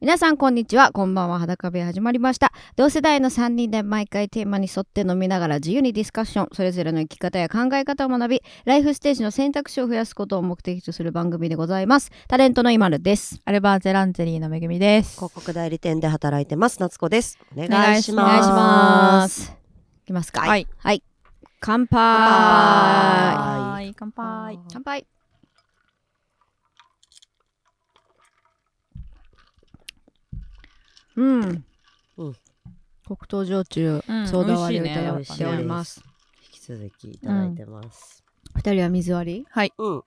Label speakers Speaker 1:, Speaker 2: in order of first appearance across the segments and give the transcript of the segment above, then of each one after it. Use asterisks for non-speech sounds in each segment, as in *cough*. Speaker 1: 皆さんこんにちはこんばんは裸部屋始まりました同世代の3人で毎回テーマに沿って飲みながら自由にディスカッションそれぞれの生き方や考え方を学びライフステージの選択肢を増やすことを目的とする番組でございますタレントの今るです
Speaker 2: アルバーゼランジェリーのめぐみです。
Speaker 3: 広告代理店で働いてます夏子ですお願いし
Speaker 2: お
Speaker 3: ま
Speaker 2: 願い
Speaker 3: す
Speaker 2: し
Speaker 1: ま
Speaker 2: ます
Speaker 1: いきますか
Speaker 2: はい。
Speaker 1: 乾
Speaker 3: 杯
Speaker 1: 杯
Speaker 2: い。乾
Speaker 3: 杯。
Speaker 1: 乾杯うん、
Speaker 3: うん
Speaker 1: 黒糖焼酎、
Speaker 2: うん
Speaker 1: ソーダ割りを
Speaker 2: 美
Speaker 1: い
Speaker 2: 味しいね
Speaker 1: ただいております
Speaker 3: 引き続きいただいてます、
Speaker 1: 二、人は水割り
Speaker 3: うん、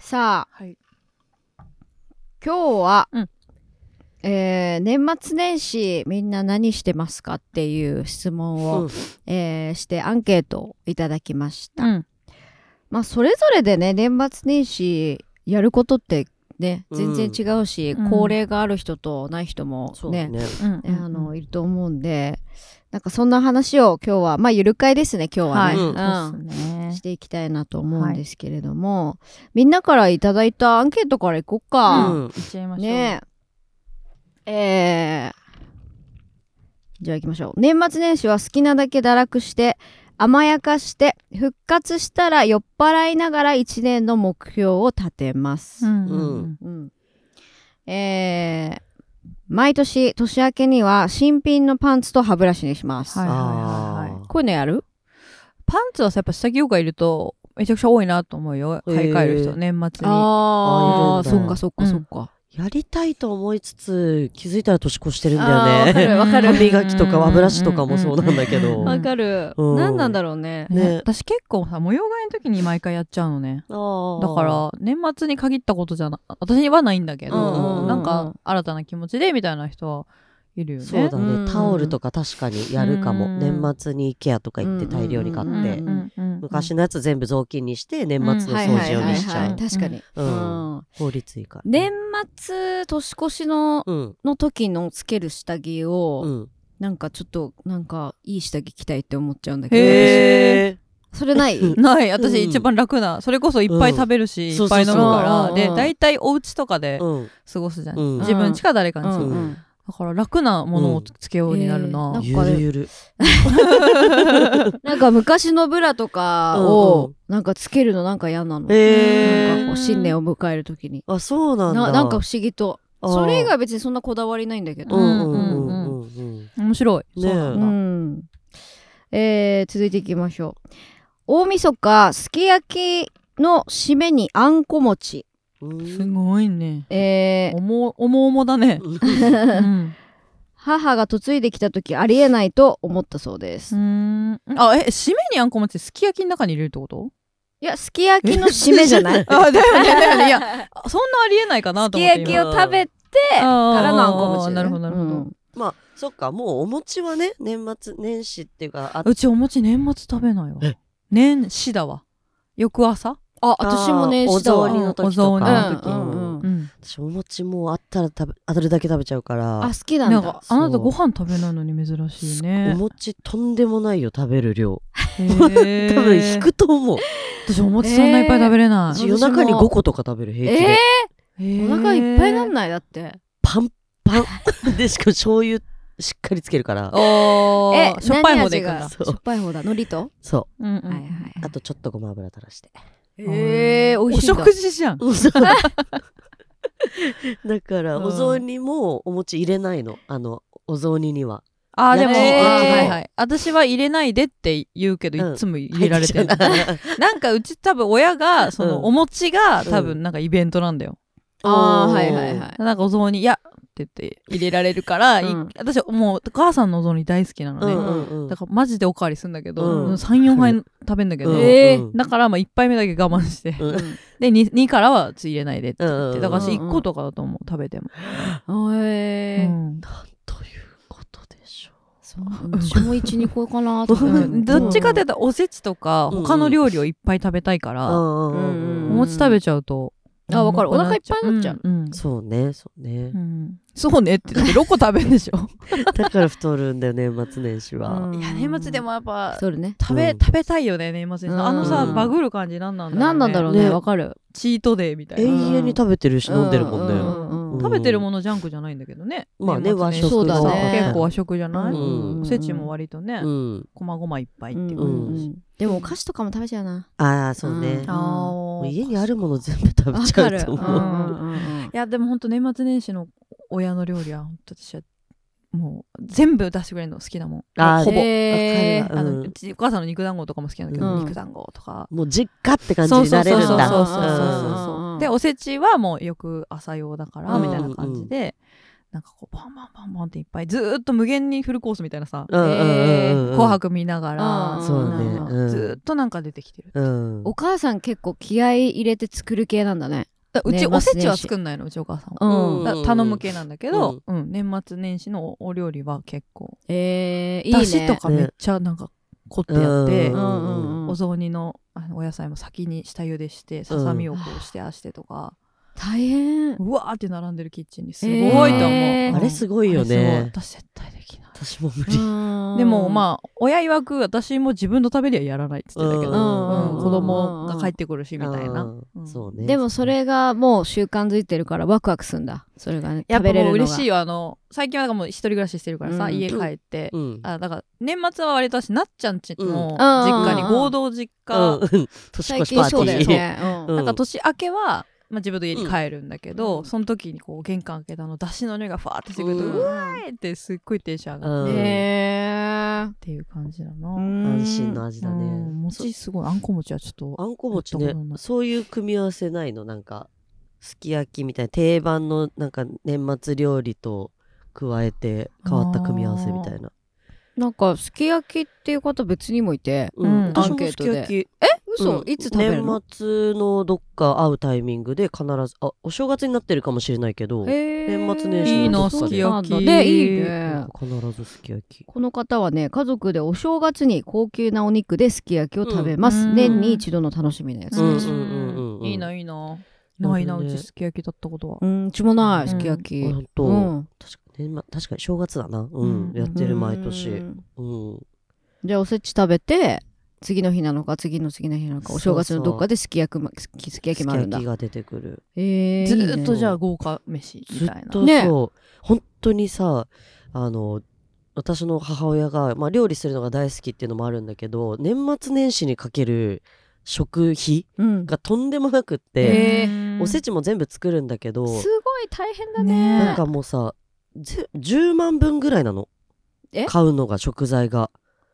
Speaker 1: さあ
Speaker 2: はい。
Speaker 1: 今日は、
Speaker 2: うん
Speaker 1: えー年末年始みんな何してますかっていう質問を、
Speaker 3: うん
Speaker 1: えーしてアンケートをいただきました、
Speaker 2: うん。
Speaker 1: まあそれぞれでね年末年始やることってね全然違うし、
Speaker 2: うん
Speaker 1: 高齢がある人とない人も
Speaker 3: そう
Speaker 1: ね
Speaker 3: ね
Speaker 2: うん。
Speaker 1: えあの、いると思うんでなんかそんな話を今日はまあゆる会ですね今日は
Speaker 2: はい。
Speaker 1: ね、
Speaker 3: うん
Speaker 1: うん
Speaker 2: そうですね。
Speaker 1: していきたいなと思うんですけれども、みんなからいただいたアンケートからいこう
Speaker 3: う
Speaker 1: か、
Speaker 3: ん
Speaker 2: いっちゃいましょう。
Speaker 1: ねええーじゃあ行きましょう年末年始は好きなだけ堕落して甘やかして復活したら酔っ払いながら1年の目標を立てます、
Speaker 2: うん。
Speaker 3: う
Speaker 2: うん
Speaker 3: ん。
Speaker 1: うんえー毎年年明けには新品のパンツと歯ブラシにします、
Speaker 2: はいはいはいはい
Speaker 3: あ
Speaker 1: こういうのやる
Speaker 2: パンツはさ、やっぱ下着業界いると、めちゃくちゃ多いなと思うよ。買い替える
Speaker 3: へ
Speaker 2: 人、
Speaker 3: ー
Speaker 2: 年末に。
Speaker 1: ああ
Speaker 3: あーいる
Speaker 1: そ
Speaker 3: んだ
Speaker 1: っかそっかそっか、
Speaker 3: ーやりたいと思いつつ気づいたら年越してるんだ
Speaker 1: あーわ
Speaker 3: よ
Speaker 1: かる
Speaker 3: ね
Speaker 1: わかる
Speaker 3: 歯磨きとか歯ブラシとかもそうなんだけ
Speaker 2: う
Speaker 3: ど
Speaker 2: ん
Speaker 1: わかる、
Speaker 3: うん
Speaker 1: 何なんだろうね
Speaker 2: ね
Speaker 3: ね
Speaker 2: 私結構さ、模様替えの時に毎回やっちゃうのね。だ
Speaker 3: だ
Speaker 2: から、年末に限ったことじゃな、私はないんだけ
Speaker 3: うんうん
Speaker 2: ど、
Speaker 3: うん
Speaker 2: なんか、新たな気持ちで、みたいな人はいるよね。
Speaker 3: そうだ
Speaker 1: うん
Speaker 3: ねタオルとか確かにやるかも
Speaker 2: うん
Speaker 3: 年末に IKEA とか行って大量に買
Speaker 2: う
Speaker 3: っ
Speaker 2: ん。
Speaker 3: て
Speaker 2: うんうん
Speaker 3: 昔のやつ全部雑巾にして年末の
Speaker 1: はい
Speaker 3: 掃
Speaker 1: はい
Speaker 3: 除
Speaker 1: は
Speaker 3: 用
Speaker 1: い
Speaker 3: にしち
Speaker 1: は
Speaker 3: ゃ
Speaker 1: い、
Speaker 3: う
Speaker 1: 確かに、
Speaker 3: う
Speaker 1: うんん
Speaker 3: 法律以下
Speaker 1: 年末年越しの
Speaker 3: うん
Speaker 1: の時のつける下着を、
Speaker 3: うん
Speaker 1: なんかちょっとなんかいい下着着たいって思っちゃうんだけ
Speaker 2: へ
Speaker 3: へ
Speaker 1: どそれない
Speaker 3: うん
Speaker 2: ない私
Speaker 3: うん
Speaker 2: 一番楽な、それこそいっぱい食べるし、
Speaker 3: うん
Speaker 2: いっぱい飲むから
Speaker 1: そうそうそう
Speaker 2: で
Speaker 1: うん
Speaker 2: 大体お家とかで
Speaker 3: うん
Speaker 2: 過ごすじゃん、
Speaker 3: うん
Speaker 2: 自分ちか誰かにする、
Speaker 3: うん
Speaker 2: だから楽なものをつけようになるな、
Speaker 1: うんえー
Speaker 3: ゆるゆる
Speaker 1: なんか昔のブラとか
Speaker 3: うん
Speaker 1: を
Speaker 3: うん
Speaker 1: なんかつけるのなんか嫌なの、
Speaker 3: へ
Speaker 1: なんか
Speaker 3: ー
Speaker 1: こう新年を迎える時に
Speaker 3: あそうなん
Speaker 1: な
Speaker 3: だ
Speaker 1: なんか不思議と
Speaker 3: あー
Speaker 1: それ以外別にそんなこだわりないんだけど、
Speaker 3: うんうんうんうん
Speaker 2: 面白い、
Speaker 3: ね
Speaker 2: そうな
Speaker 1: うん
Speaker 2: だ、
Speaker 1: んえー続いていきましょう大晦日すき焼きの締めにあんこ餅、
Speaker 3: うんうん
Speaker 2: すごいね
Speaker 1: えー
Speaker 2: 重重々だね、
Speaker 3: うん
Speaker 2: うん
Speaker 1: 母が嫁いできた時ありえないと思ったそうです、
Speaker 2: う
Speaker 1: い
Speaker 2: んあえ締めにあんこ餅すき焼きの中に入れるってこと
Speaker 1: やすき焼きの締めじゃ *laughs* ない
Speaker 2: あだよねだよねいやそんなありえないかな
Speaker 1: す
Speaker 2: と
Speaker 1: き
Speaker 2: 思って
Speaker 1: 焼きを食べて
Speaker 2: か
Speaker 1: からのあんこ餅、ね、
Speaker 2: なるほどなるほど、う
Speaker 1: うん
Speaker 3: *laughs* まあそっかもうお餅はね年末年始っていうかあ
Speaker 2: ちお餅年末食べないわ
Speaker 3: え
Speaker 2: 年始だわ翌朝
Speaker 1: あ私もね
Speaker 3: お
Speaker 1: した
Speaker 3: 雑
Speaker 1: わ
Speaker 3: 煮の時
Speaker 2: お
Speaker 3: と
Speaker 2: 雑煮
Speaker 3: か
Speaker 2: の時
Speaker 1: うんうんうん
Speaker 2: うん
Speaker 3: 私お餅もうあったら食べあるだけ食べちゃうから
Speaker 1: あ好きなんだ
Speaker 2: なんかあなたご飯食べないのに珍しい
Speaker 3: お
Speaker 2: ね。
Speaker 3: 餅とんでもないよ食べる量
Speaker 2: へー
Speaker 3: *laughs* 多分引くと思う
Speaker 2: 私お餅そんないっぱい食べれな
Speaker 1: え
Speaker 2: い。
Speaker 3: 夜中に5個とか食べる平気
Speaker 1: え
Speaker 3: で
Speaker 1: ー、お腹いっぱいなんないだって
Speaker 3: パンパン *laughs* でしかも醤油しっかりつけるから
Speaker 2: お
Speaker 1: え
Speaker 2: ーしょっぱい方でいくん
Speaker 1: 何
Speaker 2: だ
Speaker 1: 味。がしょっぱい方だ海苔と、
Speaker 3: そ
Speaker 2: うん
Speaker 1: は
Speaker 2: うん
Speaker 1: いはいはい
Speaker 3: あとちょっとごま油垂らして
Speaker 1: えー、美
Speaker 2: お
Speaker 1: 味しいんだ
Speaker 2: 食事じゃん。
Speaker 3: だから
Speaker 2: うん
Speaker 3: お雑煮もお餅入れないのあのお雑煮には
Speaker 2: あーでも、
Speaker 1: えー
Speaker 2: あーはいはい。私は入れないでって言うけど、
Speaker 3: うん
Speaker 2: いつも入れられてる
Speaker 3: 入っ。ちゃ
Speaker 2: *laughs*
Speaker 3: う
Speaker 2: なんかうち多分親が、その
Speaker 3: うん
Speaker 2: お餅が多
Speaker 3: う
Speaker 2: 分なんかイベントなんだよ。
Speaker 1: あーはいはいはい
Speaker 2: なんかお雑煮、いやって言って入れられるから、い
Speaker 1: うん
Speaker 2: 私もうお母さんのお雑煮大好きなの
Speaker 3: う
Speaker 2: ね。
Speaker 3: んうんうん
Speaker 2: だからマジでおかわりするんだけど、
Speaker 3: うん
Speaker 2: 34杯食べんだけど、
Speaker 3: うん
Speaker 1: えー
Speaker 3: うん
Speaker 2: だからまあ1杯目だけ我慢して、
Speaker 3: うん
Speaker 2: で 2, 2からはつ入れないでって言って、
Speaker 3: うん
Speaker 2: だから
Speaker 1: うん
Speaker 2: 1個とかだと思う食べても、
Speaker 1: うんえー
Speaker 2: うん
Speaker 3: なんということでしょ
Speaker 1: そう私も12個かなとか
Speaker 3: うん
Speaker 2: *laughs* どっちかというとおせちとか
Speaker 3: うん
Speaker 2: 他の料理をいっぱい食べたいから、
Speaker 3: ううんうん
Speaker 1: うん
Speaker 2: お餅食べちゃうと、
Speaker 1: うんあわかる
Speaker 2: お腹
Speaker 1: お腹いっぱいになっちゃう、
Speaker 2: うんうん
Speaker 3: そうねそうね
Speaker 2: うんそうねってだって6個食べるでしょ
Speaker 3: だから太るんだよ年末年始は
Speaker 1: うん
Speaker 2: いや年末でもやっぱ
Speaker 1: それね
Speaker 2: 食べ,、
Speaker 3: うん
Speaker 2: 食べたいよね年末に、あのさ
Speaker 3: うん
Speaker 2: バグる感じ何なんだろうね
Speaker 1: 何なんだろうね
Speaker 3: ね
Speaker 1: わかる
Speaker 2: チートデイみたい
Speaker 3: 永
Speaker 2: な
Speaker 3: 遠に食べてるし飲んでるもん
Speaker 1: う
Speaker 3: ね
Speaker 1: ううんうん
Speaker 2: 食べてるものジャンクじゃないんだけどね。
Speaker 3: まあ
Speaker 2: 年
Speaker 3: ね
Speaker 2: 末
Speaker 1: 和食
Speaker 2: 年始
Speaker 1: そうだね
Speaker 2: 結構和食じゃない、
Speaker 3: うん
Speaker 2: おせちも割とね、
Speaker 3: うん。
Speaker 2: こまごまいっぱいってい
Speaker 1: う
Speaker 2: う感
Speaker 1: んうん
Speaker 3: う
Speaker 1: でもお菓子とかも食べちゃうな。
Speaker 3: ああ、そうね
Speaker 1: う
Speaker 2: じ。
Speaker 1: ん
Speaker 2: あ
Speaker 3: もう
Speaker 2: ー
Speaker 3: 家にあるもの全部食べ
Speaker 1: わ
Speaker 3: ちゃ
Speaker 1: かる。
Speaker 3: うと
Speaker 1: う
Speaker 3: 思う。
Speaker 1: んうんうん
Speaker 2: いやでも本当年末年始の親の料理は本当私はもう全部出してくれるの好きだもん
Speaker 3: あー
Speaker 2: ほぼ、
Speaker 1: へー
Speaker 3: わかるわ
Speaker 2: あ
Speaker 3: う
Speaker 2: の
Speaker 3: ん
Speaker 2: うちお母さんの肉団子とかも好きなんだけど、
Speaker 1: うん
Speaker 2: 肉団子とか
Speaker 3: もう実家って感じになれるんだ。
Speaker 2: そうそうそうそうそう
Speaker 1: うんうんうんう
Speaker 2: そ
Speaker 1: ん
Speaker 2: うでおせちはもうよく朝用だから
Speaker 1: うん
Speaker 2: みたいな感じで、なんかこうパンパンパンパンっていっぱいずーっと無限にフルコースみたいなさ
Speaker 3: うんうんうん
Speaker 2: 「
Speaker 3: うん。
Speaker 2: 紅白」見ながら、
Speaker 1: うん
Speaker 3: そうだね
Speaker 2: なんか
Speaker 3: うん
Speaker 2: ずーっとなんか出てきてる、
Speaker 3: うん。
Speaker 1: お母さん結構気合い入れて作る系なんだね。
Speaker 2: だう
Speaker 1: 年
Speaker 2: ち
Speaker 1: 末
Speaker 2: おせちは
Speaker 1: 年始
Speaker 2: 作んないのうちお母さんは
Speaker 1: う
Speaker 3: うん
Speaker 1: ん。
Speaker 2: だ頼む系なんだけど、うん年末年始のお料理は結構
Speaker 1: えー、いいね。
Speaker 2: だしとかめっちゃなんか凝ってやって、
Speaker 3: う
Speaker 1: うんんうんう
Speaker 2: お
Speaker 1: ん。
Speaker 2: 雑煮のあのお野菜も先に下茹でしてささみをこうしてあしてとか、
Speaker 1: 大変。
Speaker 2: うわーって並んでるキッチンにすごいと思う、
Speaker 1: えー
Speaker 2: うん
Speaker 3: あれすごいよね
Speaker 2: あれすごい私絶対できない
Speaker 3: 私も無理。
Speaker 1: で
Speaker 2: でもまあ親曰く私も自分のためにはやらないって言ってたけど、
Speaker 3: う
Speaker 2: うん
Speaker 3: ん
Speaker 2: 子供が帰ってくるしみたいな、
Speaker 3: うん
Speaker 2: ん
Speaker 3: そうね。
Speaker 1: でもそれがもう習慣づいてるからワクワクすんだ。それがね。
Speaker 2: や
Speaker 1: 食
Speaker 2: っぱ
Speaker 1: べれ
Speaker 2: も
Speaker 1: る
Speaker 2: う
Speaker 1: のが
Speaker 2: 嬉しいよあの最近はなんかもう一人暮らししてるからさ、
Speaker 1: うん
Speaker 2: 家帰って、
Speaker 3: うん。
Speaker 2: あだから年末は割と私なっちゃんち
Speaker 3: う
Speaker 2: の
Speaker 1: ん
Speaker 2: 実家に
Speaker 1: うんうんうん
Speaker 2: 合同実
Speaker 3: うん
Speaker 2: 家、
Speaker 3: うん年
Speaker 1: 最
Speaker 3: 越しパ
Speaker 1: 近そ
Speaker 3: ーテ
Speaker 1: うだよ
Speaker 3: ィー。
Speaker 1: ね。うん
Speaker 3: うん
Speaker 2: なんか年明けは、まあ、自分の家に帰るんだけど、
Speaker 1: うん
Speaker 2: その時にこう玄関開けたあの出汁の匂いがファーってしてくると、
Speaker 3: う
Speaker 2: うんわーいってすっごいテンション上がる
Speaker 3: うん
Speaker 1: へー
Speaker 2: っていう感じだな、
Speaker 1: う
Speaker 2: うん
Speaker 1: ん
Speaker 3: 安心の味だね。
Speaker 2: 餅すごいあんこ餅はちょっと
Speaker 3: あんこ餅
Speaker 2: やっ
Speaker 3: ね
Speaker 2: たことない
Speaker 3: そういう組み合わせないのなんかすき焼きみたいな定番のなんか年末料理と加えて変わった組み合わせみたいな、
Speaker 1: なんかすき焼きっていう方別にもいて。
Speaker 2: うん
Speaker 3: 私
Speaker 1: アン
Speaker 3: も
Speaker 1: ケ
Speaker 3: す
Speaker 1: ート
Speaker 3: き
Speaker 1: で
Speaker 3: 焼き
Speaker 1: え嘘、
Speaker 3: うん
Speaker 1: いつ食べるの
Speaker 3: 年末のどっか会うタイミングで必ずあお正月になってるかもしれないけど
Speaker 1: 年
Speaker 3: 年末年始
Speaker 2: いいなすき焼き
Speaker 1: ねいい
Speaker 3: な
Speaker 1: ね
Speaker 3: んか必ずすき焼き
Speaker 1: この方はね家族でお正月に高級なお肉ですき焼きを食べます、
Speaker 2: うん
Speaker 1: 年に一度の楽しみなやつ
Speaker 3: うん
Speaker 1: です、
Speaker 3: うんうん
Speaker 2: いいないいなないな
Speaker 3: なる
Speaker 2: う
Speaker 3: ほどね
Speaker 2: ちすき焼きだったことは
Speaker 1: う、んうちもない
Speaker 2: うん
Speaker 1: すき焼き、
Speaker 3: 本当、
Speaker 1: うん
Speaker 3: 確か年末確かに正月だなうん、
Speaker 2: うん
Speaker 3: やってる毎年
Speaker 1: う
Speaker 3: うん
Speaker 1: ん
Speaker 3: うん、
Speaker 1: じゃあおせち食べて次の日なのか次の次の日なのかお正月のどっかですき焼きますきすき
Speaker 3: す
Speaker 1: 焼
Speaker 3: き
Speaker 1: きもあるん
Speaker 3: 焼
Speaker 1: だ
Speaker 3: きが出てくる
Speaker 1: えー、
Speaker 2: ず
Speaker 1: いいね
Speaker 2: ーっとじゃあ豪華飯
Speaker 3: ず
Speaker 2: み
Speaker 3: った
Speaker 2: いな
Speaker 3: とそう、
Speaker 1: ね
Speaker 3: 本当にさあの私の母親が、まあ、料理するのが大好きっていうのもあるんだけど年末年始にかける食費
Speaker 1: うん
Speaker 3: がとんでもなくって、
Speaker 1: え
Speaker 3: おせ
Speaker 2: ち
Speaker 3: ちも全部作るんだけど
Speaker 1: すごい大変だね
Speaker 2: ね
Speaker 3: なんかもうさぜ10万分ぐらいなの
Speaker 1: え
Speaker 3: 買うのが食材が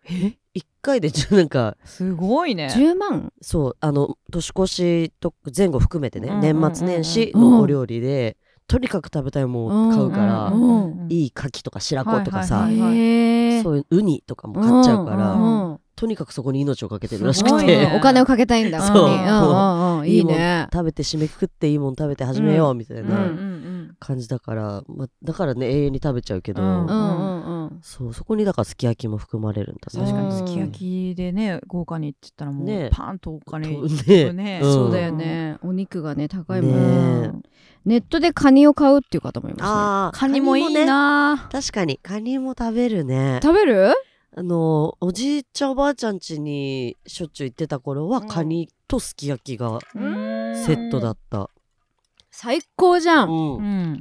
Speaker 2: え
Speaker 3: 1回で10なんか
Speaker 2: すごいね
Speaker 1: 10万
Speaker 3: そうあの年越しと前後含めてね、
Speaker 2: うんうんうんうん
Speaker 3: 年末年始のお料理で、とにかく食べたいものを買うから、
Speaker 1: うんうん
Speaker 3: いい牡蠣とか白子とかさ、
Speaker 2: はいはい
Speaker 1: へー
Speaker 3: そういうウニとかも買っちゃうから、
Speaker 2: うん
Speaker 3: とにかくそこに命をかけてるらし
Speaker 2: す
Speaker 3: く
Speaker 1: す
Speaker 2: ご
Speaker 1: ご
Speaker 3: て、
Speaker 2: い
Speaker 1: い
Speaker 2: ね
Speaker 1: ねお金をかけたいんだ
Speaker 3: そう
Speaker 1: ここにうんうんうんいいね
Speaker 3: 食べて締めくくっていいもん食べて始めようみたい
Speaker 2: うんうんう
Speaker 3: なん感じだから、まあ、だからね永遠に食べちゃうけど、
Speaker 2: うん
Speaker 1: うんうんうん
Speaker 3: そうそこにだからすき焼きも含まれるんだ
Speaker 2: 確かに
Speaker 1: う
Speaker 2: す
Speaker 1: ん
Speaker 2: き焼きでね豪華にって言ったらも
Speaker 3: ね
Speaker 2: うパンとお金
Speaker 3: と
Speaker 2: い
Speaker 3: *laughs* ね
Speaker 2: くね
Speaker 3: うん
Speaker 1: そうだよねお肉がね高いもんね
Speaker 3: ねえ
Speaker 1: ネットでカニを買うっていう方もいま
Speaker 3: あー
Speaker 2: カニもいい
Speaker 3: カニね
Speaker 2: な
Speaker 3: 確かにカニも食べるね
Speaker 1: すね食べる
Speaker 3: あのおじいちゃんおばあちゃん家にしょっちゅう行ってた頃は、
Speaker 1: うん
Speaker 3: カニとすき焼きが
Speaker 1: うん
Speaker 3: セットだった、
Speaker 1: 最高じゃん
Speaker 3: うん
Speaker 2: うん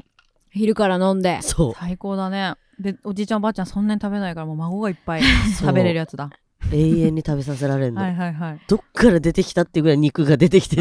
Speaker 1: 昼から飲んで
Speaker 3: そう
Speaker 2: 最高だねでおじいちゃんおばあちゃんそんなに食べないからもう孫がいっぱい
Speaker 3: そう
Speaker 2: 食べれるやつだ
Speaker 3: 永遠に食べさせられんの、
Speaker 2: はいはいはい
Speaker 3: どっから出てきたっていうぐらい肉が出てきて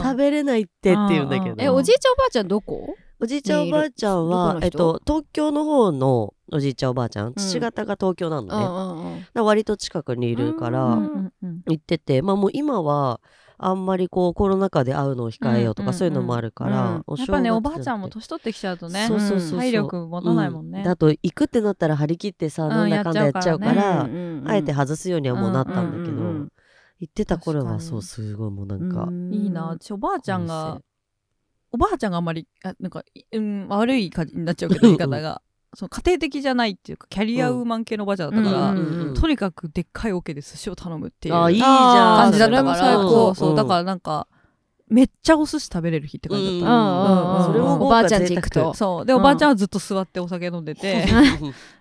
Speaker 1: うん
Speaker 3: 食べれないってって言うんだけ
Speaker 2: うん
Speaker 3: ど
Speaker 1: えおじいちゃんおばあちゃんどこ
Speaker 3: おじいちゃんおばあちゃんは
Speaker 1: ね、
Speaker 3: え
Speaker 1: い
Speaker 3: っ
Speaker 1: るど
Speaker 3: と、東京の方のおじいちゃんおばあちゃん父方が東京なのね、
Speaker 1: う
Speaker 3: だか
Speaker 1: んうんうん
Speaker 3: ら割と近くにいるから
Speaker 1: うん
Speaker 3: 行ってて、まあもう今はあんまりこうコロナ禍で会うのを控えようと
Speaker 2: うんうんう
Speaker 3: か
Speaker 2: ん
Speaker 3: そういうのもあるから、
Speaker 1: うん
Speaker 2: や
Speaker 3: お正
Speaker 2: っ
Speaker 3: 月
Speaker 2: ぱね
Speaker 3: だて
Speaker 2: おばあちゃんも年取ってきちゃうとね
Speaker 3: そうそうそうそう
Speaker 2: 体力持たないもんね
Speaker 3: うだと行くってなったら張り切ってさ、
Speaker 2: うん
Speaker 3: なんだかんだやっちゃうか
Speaker 2: やっちゃう
Speaker 3: ら、
Speaker 1: うんうんうん
Speaker 3: あえて外すようにはもうなったんだけど、
Speaker 1: うんうんうん
Speaker 3: 行ってた頃は
Speaker 2: 確かに
Speaker 3: そうすごいもうなんか、
Speaker 1: うん
Speaker 2: いいな私おばあちゃんがおばあちゃんがあんまりあなんか、うん、悪い感じになっちゃうけど言い方がその家庭的じゃないっていうかキャリアウーマン系のおばあちゃんだったから、
Speaker 1: うん
Speaker 2: とにかくでっかいオケで寿司を頼むっていう
Speaker 3: あいいじ
Speaker 2: 感
Speaker 3: ゃん
Speaker 2: じだったから
Speaker 1: あーそれも最
Speaker 2: そ
Speaker 1: 高
Speaker 2: うそうだからなんかめっちゃお寿司食べれる日って感じだった、
Speaker 1: うんうんうん
Speaker 3: それも豪
Speaker 1: おばあ
Speaker 3: 華
Speaker 1: ちゃん
Speaker 3: 贅
Speaker 1: 家行くと
Speaker 3: 沢
Speaker 2: そうで
Speaker 1: うん
Speaker 2: おばあちゃんはずっと座ってお酒飲んでて